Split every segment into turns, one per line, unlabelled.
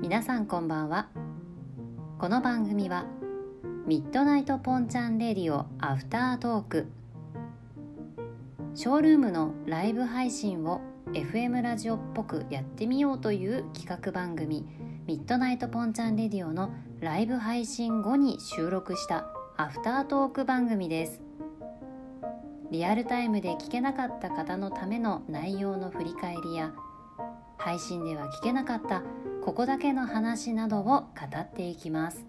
皆さんこんばんはこの番組はミッドナイトポンチャンレディオアフタートークショールームのライブ配信を FM ラジオっぽくやってみようという企画番組ミッドナイトポンチャンレディオのライブ配信後に収録したアフタートーク番組ですリアルタイムで聞けなかった方のための内容の振り返りや配信では聞けなかったここだけの話などを語っていきます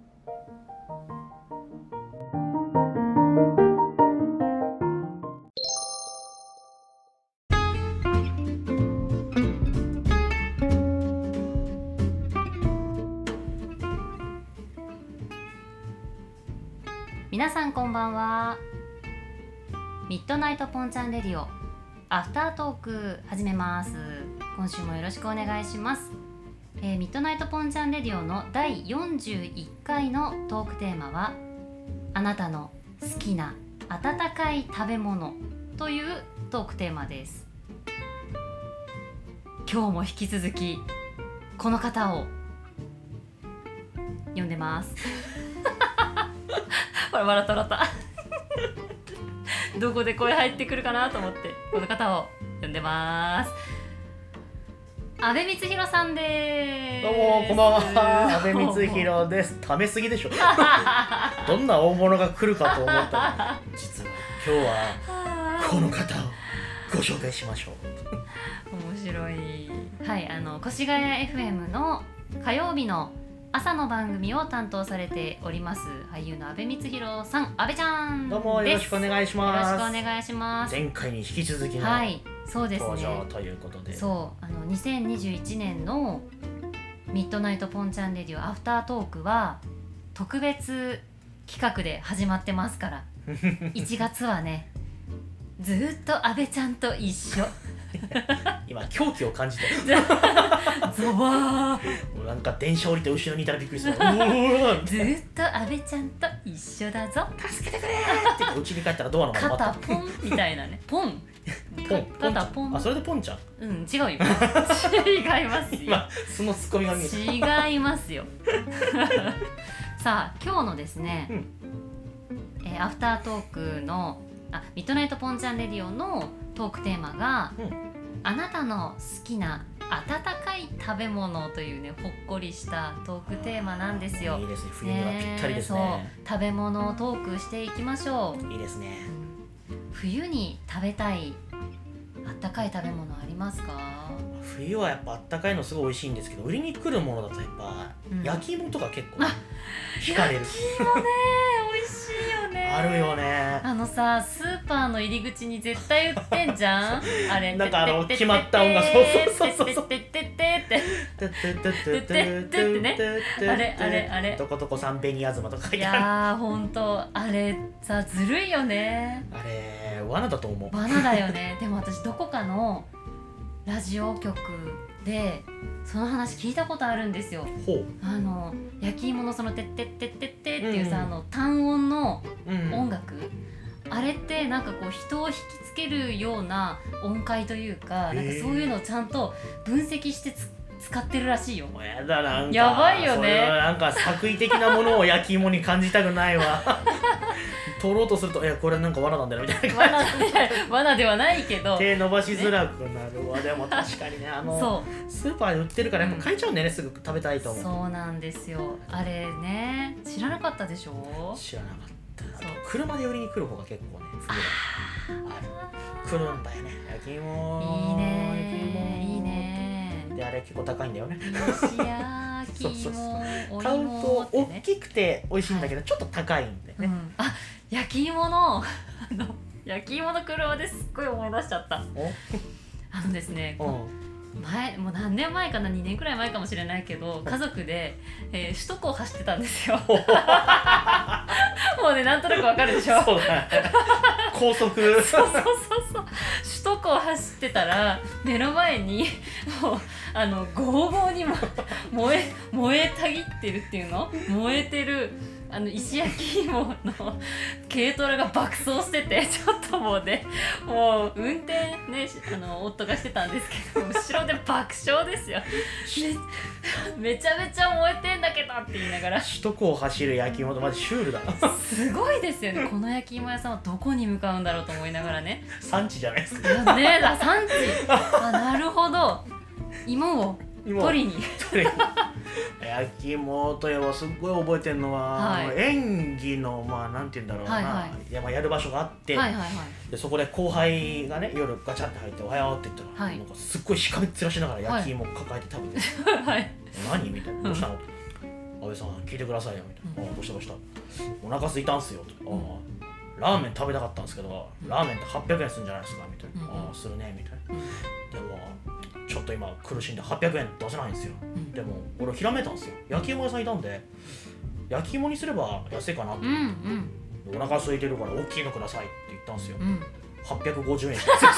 皆さんこんばんはミッドナイトポンチャンレディオアフタートーク始めます今週もよろしくお願いします、えーミッドナイトポンチャンレディオの第41回のトークテーマはあなたの好きな温かい食べ物というトークテーマです今日も引き続きこの方を呼んでます ほら笑った笑った どこで声入ってくるかなと思ってこの方を呼んでます阿部光弘さんです
どうもこんば んは阿部光弘です食べ過ぎでしょどんな大物が来るかと思ったら実は今日はこの方をご紹介しましょう
面白いはいあの越谷 FM の火曜日の朝の番組を担当されております俳優の阿部光弘さん阿部ちゃん
どうもよろしくお
いし
願いし
よ
ま
ろ
す
しくお願いします
前回に引き続きの
はいそうです
登場
ね
ということで、
そうあの2021年のミッドナイトポンチャンレディオアフタートークは特別企画で始まってます から1月はねずーっと阿部ちゃんと一 緒
今狂気を感じて
ゾワー
もうなんか電車降りて後ろにいたらびっく りするうわーって
ずーっと阿部ちゃんと一緒だぞ
助けてくれーって家に帰ったらドアの前に待
肩
っ
ポンみたいな ねポン
たポンポンちゃ
肩
ん
ポン
あそれでポンちゃん
うん違うよ違いますよ
今そのツッコミが見えた
違います よさあ今日のですね、
うん
えーアフタートークのあミッドナイトポンチャンレディオのトークテーマが、
うん
あなたの好きな温かい食べ物というねほっこりしたトークテーマなんですよ
いいですね冬にはぴったりですね
えそう食べ物をトークしていきましょう
いいですね
冬に食べたいあったかい食べ物ありますか
冬はやっぱあったかいのすごい美味しいんですけど売りに来るものだとやっぱ、
うん
焼き芋とか結構
あ
惹かれる
き芋ね美味しいよね
あるよね
あのさスーパーの入り口に絶対売ってんじゃんあれ
なんかあ
て
の
ててて
決まった音楽そうそうそうそう
てててて て
てて
て
てて
てねあれあれあれ
とことこさん紅あずまとか書
て
い
い
てある
やーほんとあれさずるいよね
あれ罠だと思う
バナだよねでも私どこかのラジオ局でその話聞いたことあるんですよ
ほ
あの焼き芋のその「てってってってって」っていうさ、
うん
あの単音の
う、うん、
音楽、あれってなんかこう人を引きつけるような音階というか、
へー
なんかそういうのをちゃんと分析してつ使ってるらしい よ。
もうやだなんか
やばいよね
それはなんか作為的なものを焼き芋に感じたくないわ 取ろうとするといやこれなんか罠なんだよみたいな
罠で罠ではないけど
手伸ばしづらくなるわ、でも確かにねあの
そ
スーパーで売ってるからやっぱ買えちゃうんだよね、すぐ食べたいうと思う
そうなんですよあれね知らなかったでしょ
知らなかった
そう
あと車で寄りに来る方が結構ね冬は来るんだよね焼き
い
芋
い
焼き
ね
芋
いいね
であれ結構高いんだよね
蒸し焼き
そうそうそ
芋お
買う
芋
と
って
大
ね、
きくて美味しいんだけど、ちょっと高いんだよ
う
ね、
ん、あ焼き芋のあの焼き芋の車ですっごい思い出しちゃったあのですね、
おうん
前もう何年前かな2年くらい前かもしれないけど家族で、えー首都高を走ってたんです よもうねなんとなくわかるでしょ
そうだ高速
そうそうそうそう首都高を走ってたら目の前にもうあのごうごうにも燃え燃えたぎってるっていうの燃えてるあの石焼き芋の軽トラが爆走しててちょっともうねもう運転ねしあの夫がしてたんですけど後ろで爆笑ですよめめちゃめちゃ燃えてんだけどって言いながら
首都高を走る焼き芋とマジシュールだな
すごいですよねこの焼き芋屋さんはどこに向かうんだろうと思いながらね
産地じゃないですか
いやねえだ産地あなるほど芋を
今
取りに
取りに焼き芋といえばすっごい覚えてるのは、
はい
あの演技のまあなんて言うんだろうな、
はいはい
やまあやる場所があって、
はいはいはい
でそこで後輩がね夜ガチャンって入って「おはよう」って言ったら、
はい
なんかすっごいしかめっ面しながら焼き芋抱えて食べて
はい
「何?」みたいな「どうしたの?」安倍さん聞いてくださいよ」みたいな「ああどうしたどうした?」「お腹空いたんすよ」と「ああラーメン食べたかったんですけどラーメンって800円するんじゃないですか」みたいな「
うん
ああするね」みたい
うん
な「でもちょっと今苦しんで800円出せないんですよ」
ん
でも俺ひらめいたんですよ焼き芋屋さんいたんで焼き芋にすれば安いかなと
うんうん
お腹空いてるから大きいのくださいって言ったんですよ
うん
850円したん ですよ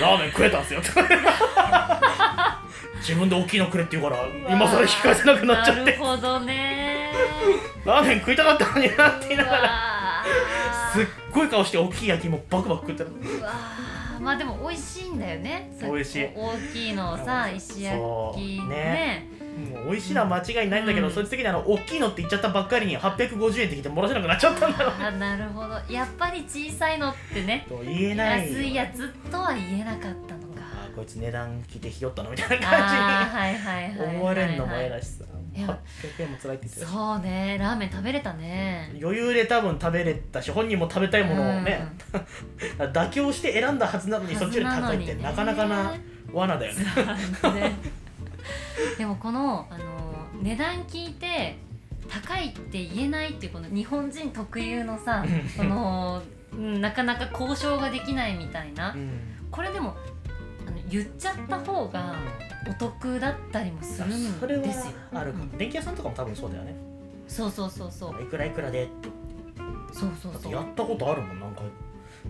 ラーメン食えたんですよとか自分で大きいのくれって言うから今更引き返せなくなっちゃっ
な
て
るほどね
ラーメン食いたかったのになって言いながら
ら
すっごい顔して大きい焼き芋バクバク食ってた
うわーまあでも美味しいんだよねそう
美味しい
大きいのをさ石焼
そう
きね
ねもう美味しいのは間違いないんだけど、
うん
そいつ的にあの大きいのって言っちゃったばっかりに850円ってきてもらせなくなっちゃったんだろう
あなるほどやっぱり小さいのってね
と言えない
安いやつとは言えなかったのか
あーこいつ値段聞いてひよったのみたいな
あー
感
はいはい
じ
はい
に
はい
思われるのも嫌だしさ
いや
800円も辛いって言ってたし
そうねラーメン食べれたね
余裕で多分食べれたし本人も食べたいものをね、妥協して選んだはずなのにそっちより高いってなかなかな罠だよね
残念でもこのあの値段聞いて高いって言えないっていうこの日本人特有のさ
うん
そのうんなかなか交渉ができないみたいな
うん
これでもあの言っちゃった方がお得だったりもするん
それは
ですよ
あるか
うん
電気屋さんとかも多分そうだよね
そうそうそうそう
いくらいくらでって
そうそう
だって
そう
やったことあるもんなんか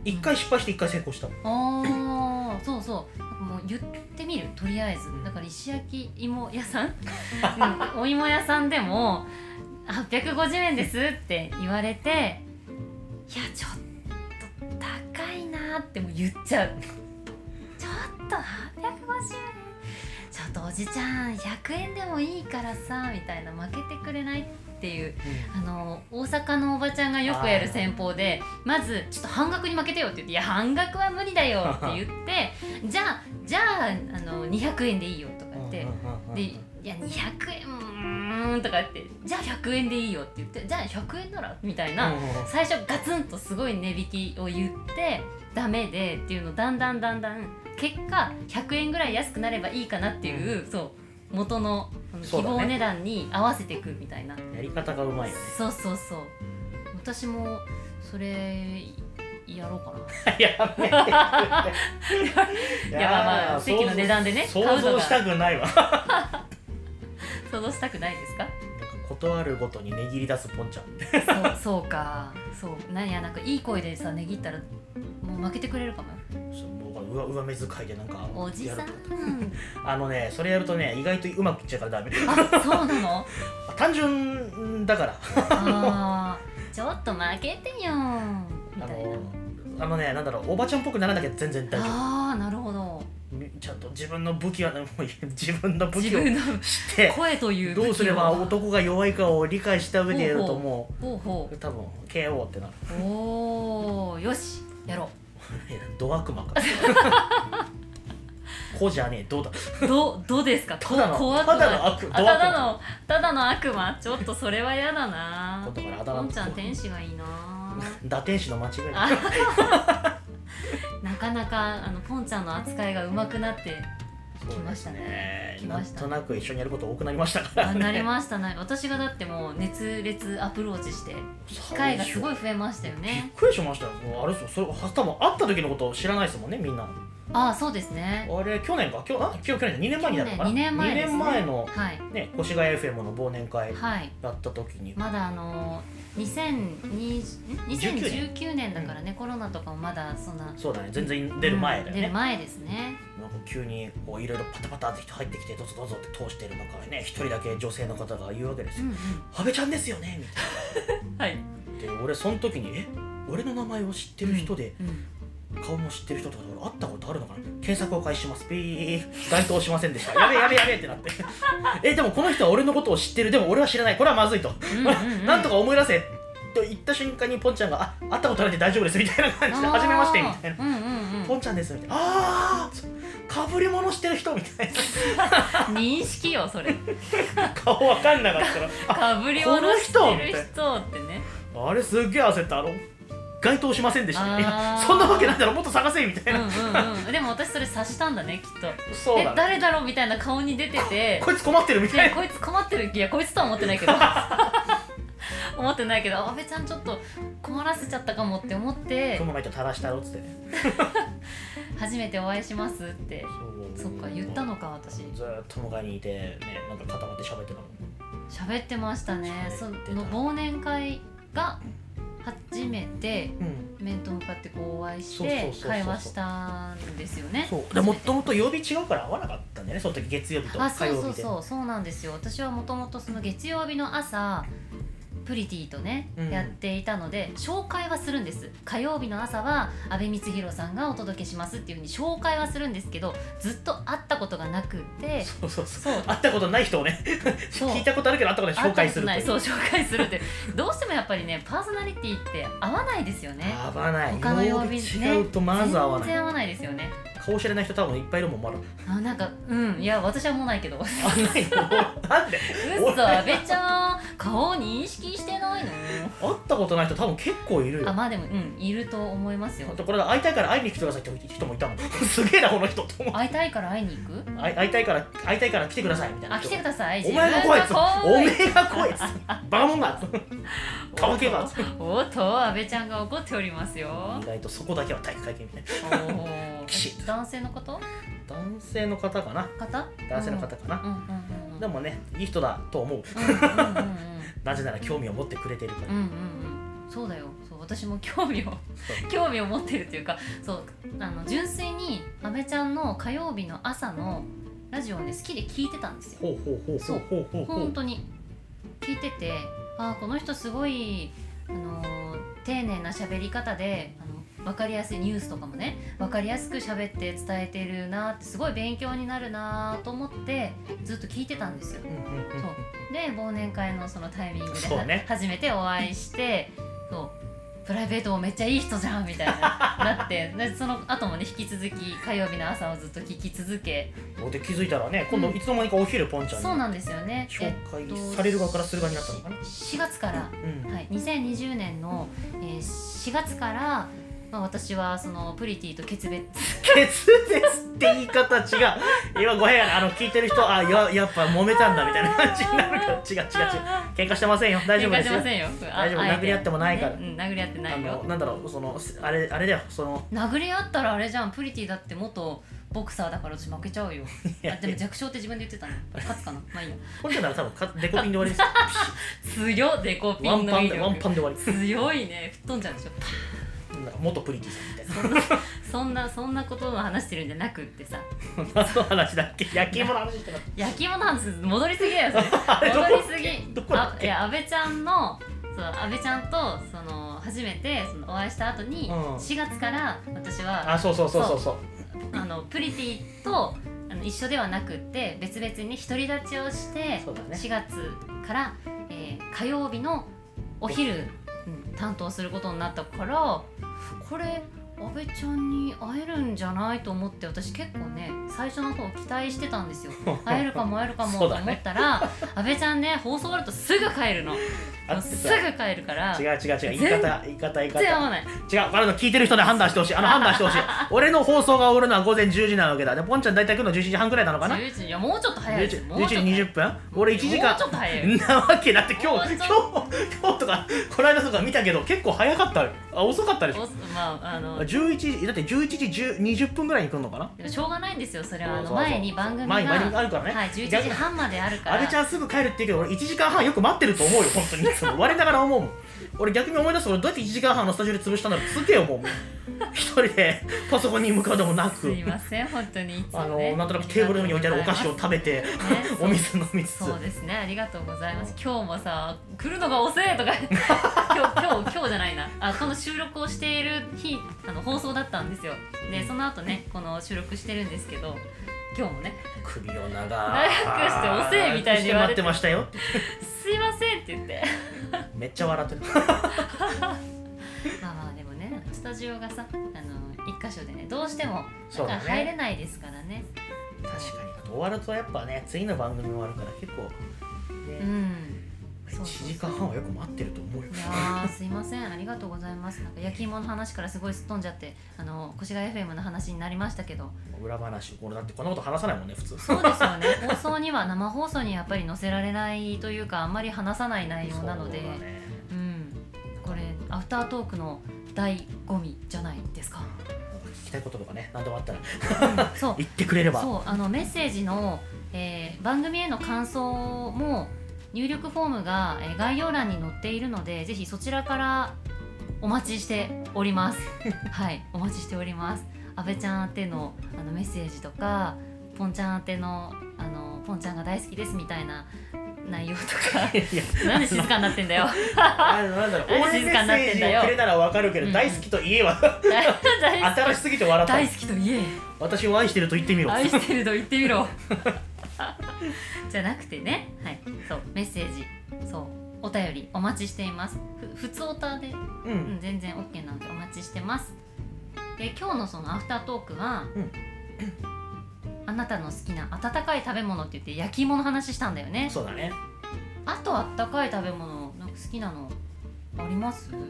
一回失敗して一回成功したもん
あーそうそうなんかもう言ってみるとりあえず
うん
だから石焼き芋屋さん、 うんお芋屋さんでも「850円です」って言われて「いやちょっと高いな」ってもう言っちゃう「ちょっと850円ちょっとおじちゃん100円でもいいからさ」みたいな負けてくれないっていうあの大阪のおばちゃんがよくやる戦法でまず「ちょっと半額に負けてよ」って言って「いや半額は無理だよ」って言って「じゃあじゃああの200円でいいよ」とか言って「でいや200円うーん」とか言って「じゃあ100円でいいよ」って言って「じゃあ100円なら」みたいな最初ガツンとすごい値引きを言ってダメでっていうのをだんだんだんだん結果100円ぐらい安くなればいいかなっていう、そう元のあの
そ
希
うだね
望値段に合わせていくみたいな。
やり方がうまいよね
そうそうそう私もそれやろうかな
やめ
い
て
やまあまあ席の値段でね
想
買うの
像
が
したくないわ
想像したくないですか
断るごとに値切り出すポンちゃん
そう そうかそうなんやなんかいい声でさ値切ったらもう負けてくれるかもよ
そうもううわ上目遣いでなんか
おじさん
やるあのねそれやるとね意外とうまくいっちゃうからダメ
あそうなの
単純だから
あーちょっと負けてよみ
あ
たい
の
な
あのねなんだろうおばちゃんっぽくならなきゃ全然大丈
ああーなるほど
夫ちゃんと自分の武器はもう自分の武
自
器を
分の
して
声という武器を
どうすれば男が弱いかを理解した上でやるとも
ほうほ
う多分 KO ってなる
うおおよしやろ
いやド悪魔かこうじゃねえどうだ
うどどですか
ただの
こ怖くな
た
い
だの悪
あただ
ド悪魔
のただの悪魔ちょっとそれは嫌だな
今度からあだ名
ポンちゃん天使がいいな
打天使の間違いだ
あなかなかあのポンちゃんの扱いが上手くなって
そうです
来
な
ま
ん
した
となく一緒にやること多くなりましたから
あ
ね
なりましたね私がだってもう熱烈アプローチして機会がすごい増えましたよ
びっ
ね
くりしましたよもうあれですよそれは多分会った時のことを知らないですもんねみんな
ああそうですね
あれ去年か今日あ今日去年2年前になるのかな
去年二年前ですね
二年前の
はい
ね越谷 FM の忘年会
はい
やった時に、
まだあの2020ん2019年だからね、コロナとかもまだそんな
そうだね全然出る前だよ
うん出
ね
る、前ですね
なんか急にこういろいろパタパタって人入ってきてどうぞどうぞって通してる中ね一人だけ女性の方が言うわけです
う
よ
ん
「阿部ちゃんですよね」み
うんはい、
たいなで俺その時に「え俺の名前を知ってる人で
うん、
顔も知ってる人とかで俺会ったことあるのかな検索を開始しますピー該当しませんでしたやべえやべえやべえってなってえでもこの人は俺のことを知ってるでも俺は知らないこれはまずいと、
うんうんうん
なんとか思い出せと言った瞬間にポンちゃんが「あ会ったことあるんで大丈夫です」みたいな感じで「
あー
初めまして」みたいな
うん
「ポンちゃんです」みたいな「あーかぶり物してる人」みたい
うんうん、認識よそ れ
な顔わかんなか ったら
かぶり下ろしてる人ってね
あれすっげえ焦ったあの該当しませんでした、ね、い
あ
や
ー
そんなわけないだろもっと探せみた
う
い
ん
な、
うんうんでも私それ察したんだねきっと
そう
え
だ、ね、
誰だろうみたいな顔に出てて
こいつ困ってるみたい
で
な
こいつ困ってるいやこいつとは思ってないけど 思ってないけど阿部ちゃんちょっと困らせちゃったかもって思って
雲の糸垂らしたろっつってね
初めてお会いしますってそっか言ったのか私
ずーっと向かいにいてねなんか固まって喋ってたもん
喋ってましたねそ
喋ってた
の忘年会が初めて
うん
面と向かってこうお会いし
そうそう
て
そうそう
会話したんですよね
そうでもともと曜日違うから合わなかったんだよねその時月曜日と
あ
火
そう
曜
そう
日で
そうそうなんですよ私はもともとその月曜日の朝プリティとね、
うん
やっていたので紹介はするんです火曜日の朝は阿部光弘さんがお届けしますっていうふうに紹介はするんですけどずっと会ったことがなくて
そうそうそう
そう
会ったことない人をね
そう
聞いたことあるけど会ったことな
会
い紹
った
介
こ
す
と
ると
ないいそう紹介するってどうしてもやっぱりねパーソナリティって合わないですよね
合わない
他の曜日ね
違うとまず合わ
全
ない
然合わないですよね
顔知らない人多分いっぱいいるもんまだ
あなんかうんいや私はもうないけ ど
あな いのなんで
嘘阿部ちゃん顔認識してないの
会ったことない人多分結構いる
あ
よ
まあでもうんいると思いますよ
ほんとこれ会いたいから会いに来てくださいって人もいたもん すげえなこの人と思って
会いたいから会いに行く
会い会いたいから会いたいから来てくださいみたいな
あ来てください
お前が来いっ
自
つって
分
お
来い
前が来い っつってバカもんがっつってたわけがっつって
おっと阿部ちゃんが怒っておりますよ
意外とそこだけは体育会系みたいな
おー
きちっ
男性のこと
男性の方かな
方
男性の方かな、
うんうんうんうん
でもねいい人だと思う
うんうんうんうん
なぜなら興味を持ってくれてるか
う
ら、
んうんうんそうだよそう私も興味を興味を持ってるっていうかそうあの純粋に阿部ちゃんの火曜日の朝のラジオをね好きで聞いてたんですよ
ほうほうほうほうほうほうほう
本当に聞いててあーこの人すごい、あのー丁寧な喋り方であの分かりやすいニュースとかもね分かりやすく喋って伝えてるなーってすごい勉強になるなーと思ってずっと聞いてたんですよ。
うんうんうん
そうで忘年会のそのタイミングで、
そうね
初めてお会いしてそうプライベートもめっちゃいい人じゃんみたいなな ってでその後もね引き続き火曜日の朝をずっと聞き続け
そうで気づいたらね今度いつの間にかお昼ポンちゃんに
そうなんですよね
紹介される側からする側になったのかな、
4月から、
うん
はい、2020年の、えー4月から、まあ、私はそのプリティと決別
決別って言い方違う今ごめんあの聞いてる人あややっぱ揉めたんだみたいな感じになるから 違う違う違う喧嘩してませんよ大丈夫です
喧嘩し
よ
ませんよあ
大丈夫
あえ
殴り合ってもないから
ねうん、殴り合ってな
あ
い
の
よ
なんだろうそのあれあれだよその
殴り合ったらあれじゃんプリティだって元ボクサーだから私負けちゃうよ
いや
あでも弱小って自分で言ってた の勝つかなまあいいや
ポンちゃんなら多分かデコピンで終わり です
強っデコピ
ワ
ン
ン
の
パン
威
でワンパ
力
ンで終わ
強いね吹っ飛んじゃうでしょ
りなんか元プリティさんみたいな
そんなそんなことの話してるんじゃなくってさ
何の話だっけ焼き芋の話してなかっ
焼き芋の話戻りすぎだよ それ
たあれどこ
戻りすぎ
どこだっ
あい
け
や安倍ちゃんのそう安倍ちゃんとその初めてそのお会いした後に、
うん
4月から私は
あそうそうそうそうそう
あのプリティとあの一緒ではなくって別々に独り立ちをして、
そうだね
4月から、えー火曜日のお昼うん担当することになったからこれ安倍ちゃんに会えるんじゃないと思って私結構ね最初の方期待してたん ですよ会えるかも会えるかもと
そうだ
思
ね
ったら、安倍ちゃんね放送終わるとすぐ帰るのも
あ
う
って
す
さ
ぐ帰るから
違う違う違う言い方言い方言い
全然合
方
わない
違うあの聞いてる人で判断してほしいあの判断し てほしい俺の放送が終わるのは午前10時なわけだでポンちゃん大体来るの11時半くらいなのかな
11時いやもうちょっと早い
11
です
時
よもうちょっと
20分俺1時間
もうちょっと早い
なわけだって今
もう
日
ちょっ
今
と
日今日とかこの間とか見たけど結構早かったよあ遅かったでしょ
おまああの
11時だって11時10 20分ぐらいに来るのかな
でもしょうがないんですよそれはあ
そ
の
うそうそう
前に番組が
前に番組があるからね
はい、11時半まであるから
阿部ちゃんすぐ帰るって言うけど俺1時間半よく待ってると思うよ本当 にその我ながら思うもん俺逆に思い出す俺どうやって1時間半のスタジオで潰したんだろうすげえ思うもん一人でパソコンに向かうでもな
す
く
いません本当にいつも
あ
ね
のなんとなくテーブルの上に置いてあるお菓子を食べて、 お水飲みつつ
そうですねありがとうございます今日もさ来るのが遅えとか 今日今日今日じゃないなあこの収録をしている日あの放送だったんですよでその後ねこの収録してるんですけど今日もね
首を長く
くしておせえみたいに言われて
して待ってましたよ
「すいません」って言って
めっちゃ笑ってる
まあまあでもねスタジオがさあの一箇所でねどうしてもだ
そう
か
だ
ら
ね
入れないですからね
確かに終わるとやっぱね次の番組終わるから結構、ね
うんそう
1時間半はよく待ってると思うよ
いやーすいませんありがとうございますなんか焼き芋の話からすごいすっ飛んじゃってあの越谷 FM の話になりましたけど
裏話これだってこんなこと話さないもんね普通
そうですよ ね放送には生放送にやっぱり載せられないというかあんまり話さない内容なのでう、
そうだね
ん、これアフタートークの醍醐味じゃないですか
なんか聞きたいこととかね何でもあったら
そう
言ってくれれば
そうあのメッセージの、えー番組への感想も入力フォームが、えー概要欄に載っているのでぜひそちらからお待ちしておりますはいお待ちしております阿部ちゃん宛てのあのメッセージとかポンちゃん宛てのあのポンちゃんが大好きですみたいな内容とか
いや
なんで静かになってんだよ
あの なんだろう 応
なんで
援メ
静かになって
ッ
ん
セー
だ
ジ
よ
をくれたらわかるけど、
うん
大好きと言えは
大大好
新しすぎて笑
き
った
大好きと言え
私を愛してると言ってみろ
愛してると言ってみろじゃなくてねはいそうメッセージそうお便りお待ちしていますふ普通オタで、
う
うんん、全然 OK なのでお待ちしてますで今日のそのアフタートークは、
うん
あなたの好きな温かい食べ物って言って焼き芋の話したんだよね
そうだね
あとあったかい食べ物なんか好きなのあります
あの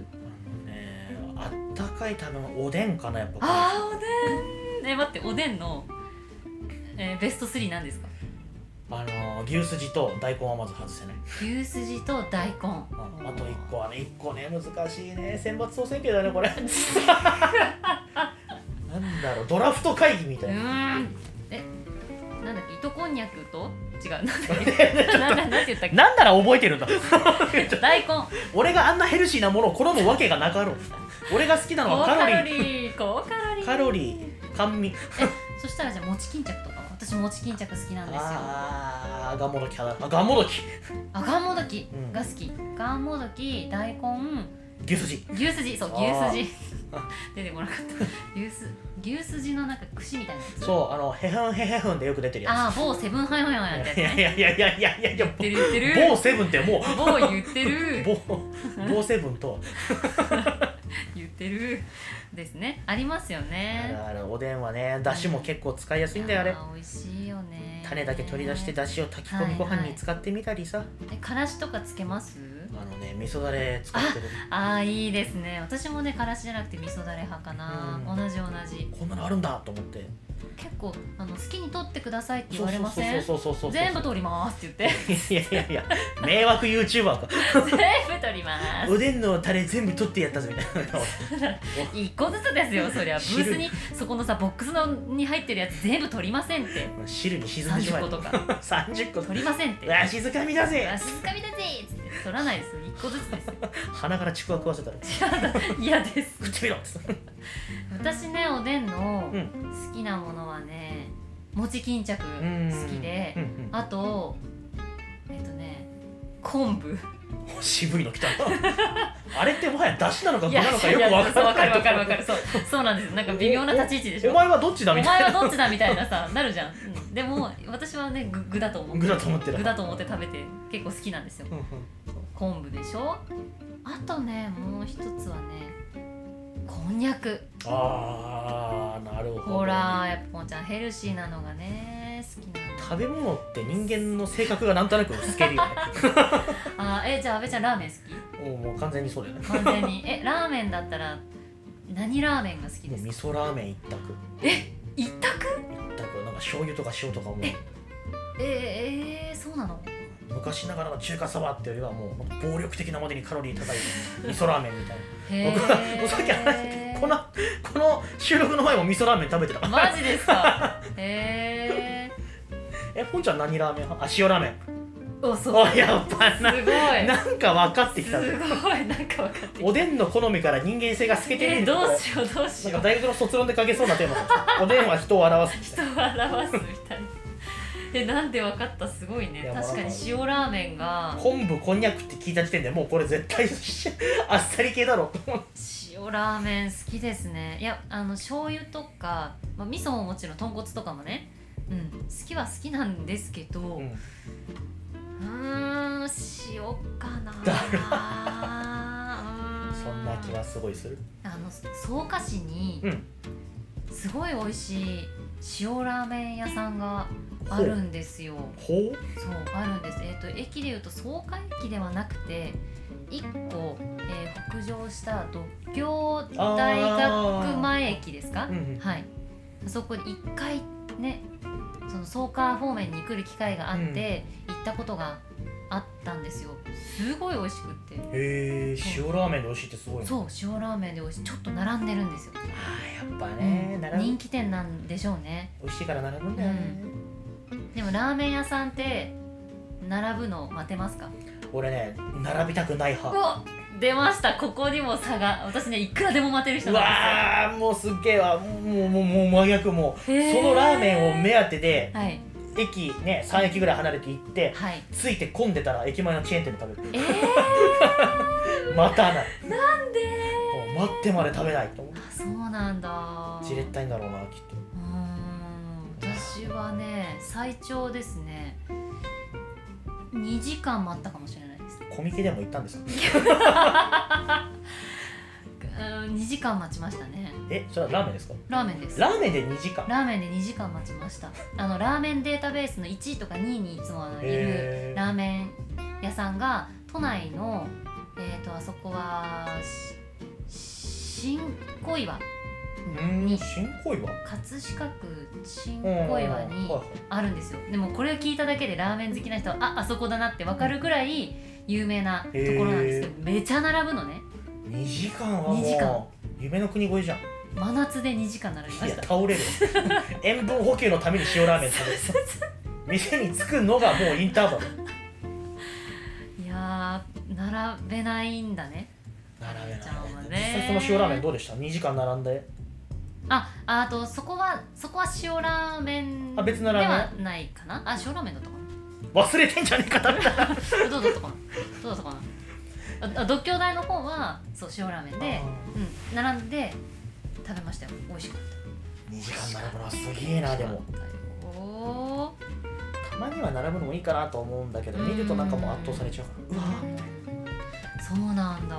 ねあったかい食べ物おでんかなやっぱ
あーおでんえ待っておでんの、えーベスト3なんですか
あの牛すじと大根はまず外せない、
牛すじと大根
うんあと1個はね1個ね難しいね選抜総選挙だねこ れなんだろうドラフト会議み
う
たいな、
ーんえなんだっけ糸こんにゃくと違うなんだっけなんだなんて言ったっ
なんなら覚えてるんだ
け大根
俺があんなヘルシーなものを好むわけがなかろう俺が好きなの
高
はカ
カ
ロリ
ロ
ー
リー高カロリー
カロリー甘味
そしたらじゃあ餅巾着とかは私餅巾着好きなんですよ
あーがもどきあがもどき
あがんもどき
うん
が好き、がんもどき大根
牛すじ
牛すじそう
あ
牛
ー
すじ出てこなかった牛す牛すじのなんか串みたいなやつ
そうあのへふんへへふんでよく出てるや
ああ某セブンハイハイハイってや
つ
つ
いやい
ね
やいやいやいやいやい
言
や
ってる言ってる
某セブンってもう
某言って る
某某セブンと
言ってるですねありますよ
あ
ね
るあるおでんはねだしも結構使いやすいんだよあれ
ー美味しいよね
種だけ取り出してだしを炊き込みご飯に使ってみたりさ
えからしとかつけます
あのね味噌だれ使ってる
あーいいですね私もねからしじゃなくて味噌だれ派かな、
うん
同じ同じ
こんなのあるんだと思って
結構あの好きに取ってくださいって言われません
そうそうそうそうそうそう
全部取りますって言 って
いやいやいや迷惑 YouTuber か
全部取ります
おでんのタレ全部取ってやったぜみたいな
一個ずつですよそりゃブースにそこのさボックスのに入ってるやつ全部取りませんって
汁に沈んでしま
30
え
個とか
30個
取りませんって
わしづかみだぜ
あ静かみだぜっつって取らないですよ一個ずつ ですよ
鼻からちくわ食わせたら
嫌です
食ってみろ
私ねおでんの
うん
好きなものはね餅巾着好きで
うんうん
あとえっとね昆布
お渋いの来 たなあれってもはや出汁なのか
い
具
や
なのかよくわからな
い
い
やそうわかるわかるわかる そうそうなんですよなんか微妙な立ち位置でしょ
お前はどっちだ
お
みたい
前
な
はどっちだみたいなさなるじゃん、うんでも私はね具具だと思って
具だと思ってる
具だと思って食べて結構好きなんですよ
うんうん
昆布でしょあとねもう一つはねこんにゃく
あーなるほど
ほらやっぱぽんちゃんヘルシーなのがね好きなの
食べ物って人間の性格がなんとなく透けるよね
あーえじゃあ阿部ちゃんラーメン好
もうもう完全にそうだよね
き完全にえラーメンだったら何ラーメンが好きで
もう
すか
味噌ラーメン一択
一択
一択なんか醤油とか塩とかもう
えー、えー、そうなの
昔ながらの中華そばっていうよりはもう暴力的なまでにカロリー高 い味噌ラーメンみたいな
へ
僕はもうさっき話したけどこのこの収録の前も味噌ラーメン食べてたから
マジですかへえ
え本ちゃん何ラーメン派あ塩ラーメン
おそう
おやっぱ
すご
ないなんか分かってき
す
たね
ごいなんか分かってき
おでんの好みから人間性が透け
た
て
えー
見えるとこ
ど
ろ
うしようどうし
な
よ
んか
う
大学の卒論でかけそうなテーマだったおでんは人を表す
人を表すみたいなえなんで分かったすごい
い
ね
や
確かに
まあ
塩ラーメンが
昆布こんにゃくって聞いた時点でもうこれ絶対あっさり系だろ
塩ラーメン好きですねいやあの醤油とか、まあ、味噌ももちろん豚骨とかもねうん好きは好きなんですけど
う
うんーん塩かな
だ
うー
そんな気はすごいする
あの草加市に
うん
すごい美味しい塩ラーメン屋さんがあるんですよ
ほう
そうあるんです。えっ、と駅でいうと草加駅ではなくて一個、えー北上した独協大学前駅ですか
う？ん
はい。あそこに一回ねその草加方面に来る機会があって、行ったことがあったんですよ。すごい美味しくって。
へえ塩ラーメンで美味しいってすごいね
そう塩ラーメンで美味しいちょっと並んでるんですよ、
あーやっぱ
う
ね
ん
並
人
ぶ
気店なんでしょうね
美味しいから並ぶんだよね
でもラーメン屋さんって並ぶの待てますか
俺ね並びたくないう派
わ出ましたここにも差が私ねいくらでも待てる人
う
なん
わーもうすっげえわもうもうもう真逆もう
ですよへ
そのラーメンを目当てで
はい
駅ね3駅ぐらい離れて行って
はい
ついて混んでたら駅前のチェーン店で食べ
え
る
ー、
待たない
なんで
もう待ってまで食べないと思う
あそうなんだ
じれっ
う
たいんだろうなきっと
ーん私はね最長ですね2時間待ったかもしれないです
コミケでも行ったんですよ
うん2時間待ちましたね
えそれはラーメンですか
ラーメンです
ラーメンで2時間
ラーメンで2時間待ちましたあのラーメンデータベースの1位とか2位にいつもあのいる
へー
ラーメン屋さんが都内のえっ、とあそこはし新小岩
う
に
ーん新小岩
葛飾区新
うん
小岩に
はいはい
あるんですよでもこれを聞いただけでラーメン好きな人はああそこだなって分かるぐらい有名なところなんですけどめちゃ並ぶのね
2時間は
二時間
もう夢の国越えじゃん
真夏で2時間並びま
い
し
や
た
倒 れる塩分補給のために塩ラーメン食べる店に着くのがもうインタ ーバル
いやー並べないんだね
並べな
ちゃんはいね
実際その塩ラーメンどうでした2時間並んで
あ、あとそこはそこは塩ラーメン
あ別のラーメン
ではないかな。あ、塩ラーメンだったかな。
忘れてんじゃねえかだったら
どうだったかな。どうだったかな。ああ、独協大の方はそう塩ラーメンで、うん、並んで食べましたよ。美味しかっ
2時間並ぶのはす
た。
げえなでも
美味しかったよ。お
たまには並ぶのもいいかなと思うんだけど見るとなんかもう圧倒されちゃうからうわーみたいな
そうなんだ。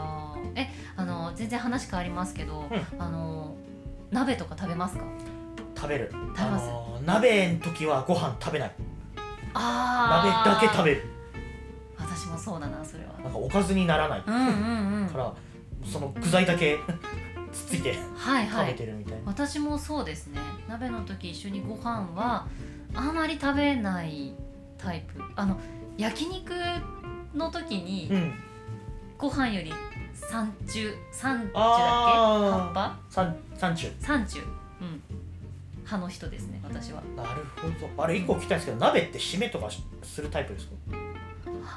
え、あの全然話変わりますけど、
う
あの鍋とか食べますか。
食べる食
べます
鍋の時はご飯食べない鍋
ああ。
だけ食
べ。
べる
私もそうだな、それは。
なんかおかずにならないか
うんうんうん。
らその具材だけ つっついて
はいは
食
い
べ。てるみたいな、
私もそうですね鍋の時一緒にご飯はあまり食べないタイプあの焼肉の時
う
に
ん
ご飯より三中三中だっけ葉
あー
っぱ
三三中
三中うん派の人ですね私は
なるほどあれ一個聞きたいんですけど鍋って締めとかしするタイプですか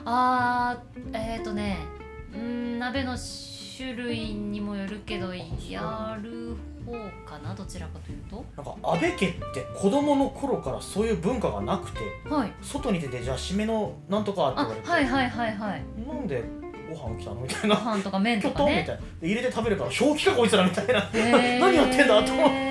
あーえっ、ー、とねうーん鍋の種類にもよるけどやる方かなどちらかというと
なんか安倍家って子供の頃からそういう文化がなくて
はい
外に出てじゃあ締めのなんとかって
あ
言われて、
はいはいはいはい
なんでご飯来たのみたい
ご
な
飯とか麺
キ
と
ョ
か
トンみ
ね
たいなで入れて食べるから正気かこいつらみたいなっ
へー
何やってんだと思っ
は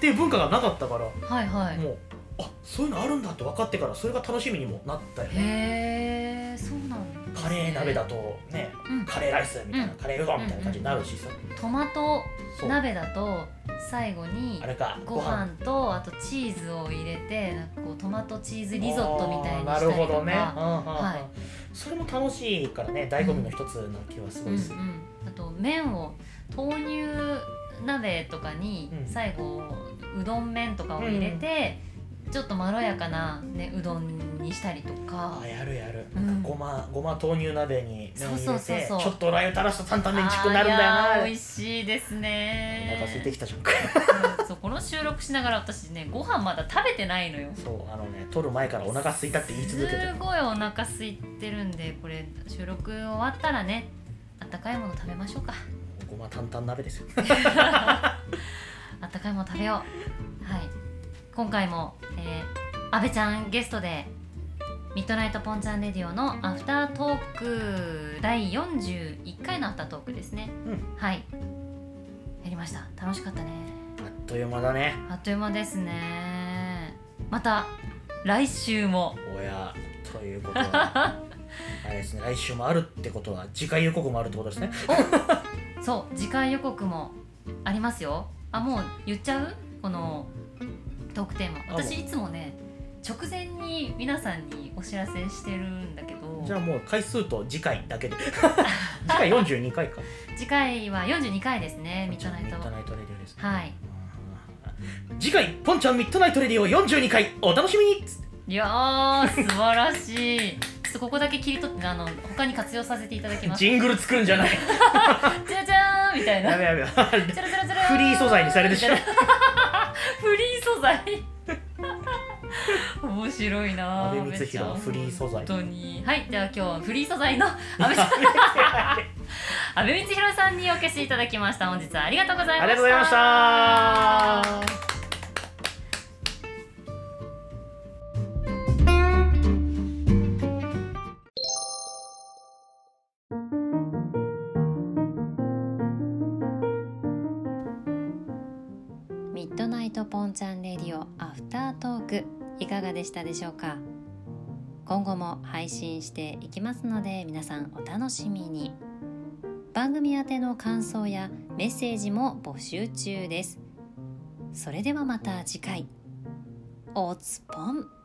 ていう文化がなかったからも
いはいう
あそういうのあるんだって分かってからそれが楽しみにもなったよね
へえそうなんですね
カレー鍋だとね
うん
カレーライスみたいな、
うん
カレーうどんみたいな感じになるしさ、
トマト
そう
鍋だと最後に
あれか
ご飯とあとチーズを入れてなんかこうトマトチーズリゾットみたいに
あ
し
ーなる
たり
ほ
と
どね、
かはい
い、それも楽しいからね醍醐味の一つな気はす
う
ご
んうん
いする、
あと麺を豆乳鍋とかに
うん
最後うどん麺とかを入れてちょっとまろやかなねうどんにしたりとか
あやるやる、
うん
なんかごまごま豆乳鍋に麺を入れ
そ
て
うそうそうそう
ちょっとラー油垂らすと担々麺チックになるんだよな
あーいやー
お
美味しいですね
腹空いてきたじゃん
そうこのの収録しながら私ねご飯まだ食べてないのよ
そうあのね撮る前からお腹空いたって言い続けて
すごいお腹空いてるんでこれ収録終わったらねあったかいもの食べましょうか
ごま担々鍋ですよ
あったかいもの食べようはい今回も、えー、安倍ちゃんゲストでミッドナイトポンちゃんレディオのアフタートーク第41回のアフタートークですね、
うん
はいやりました楽しかったね
あっという間だね
あっという間ですねまた来週も
おやということ はあれですね来週もあるってことは次回予告もあるってことですね
そう次回予告もありますよあもう言っちゃうこのトークテーマ
あもう
私いつもね直前に皆さんにお知らせしてるんだけど
じゃあもう回数と次回 だけで次回42回か
次回は42回ですねミッドナイ
ミ
ト
ッドナイトレディオですね
はい
うん次回ポンちゃんミッドナイトレディオ42回お楽しみに
いやー素晴らしいちょっとここだけ切り取ってあの他に活用させていただきます
ジングル作るんじゃない
じゃじゃーんみたいな
やべやべフ
チャラチャラチャラ
リー素材にされてしまう
フリー素材面白いな
阿
あ
部光弘のフリー素材
本当にはいでは今日はフリー素材の阿部さん阿部光弘さんにお越しいただきました本日はありがとうございました
ありがとうございました
ミッドナイトポンちゃんレディオアフタートークいかがでしたでしょうか今後も配信していきますので皆さんお楽しみに番組宛ての感想やメッセージも募集中ですそれではまた次回おつぽん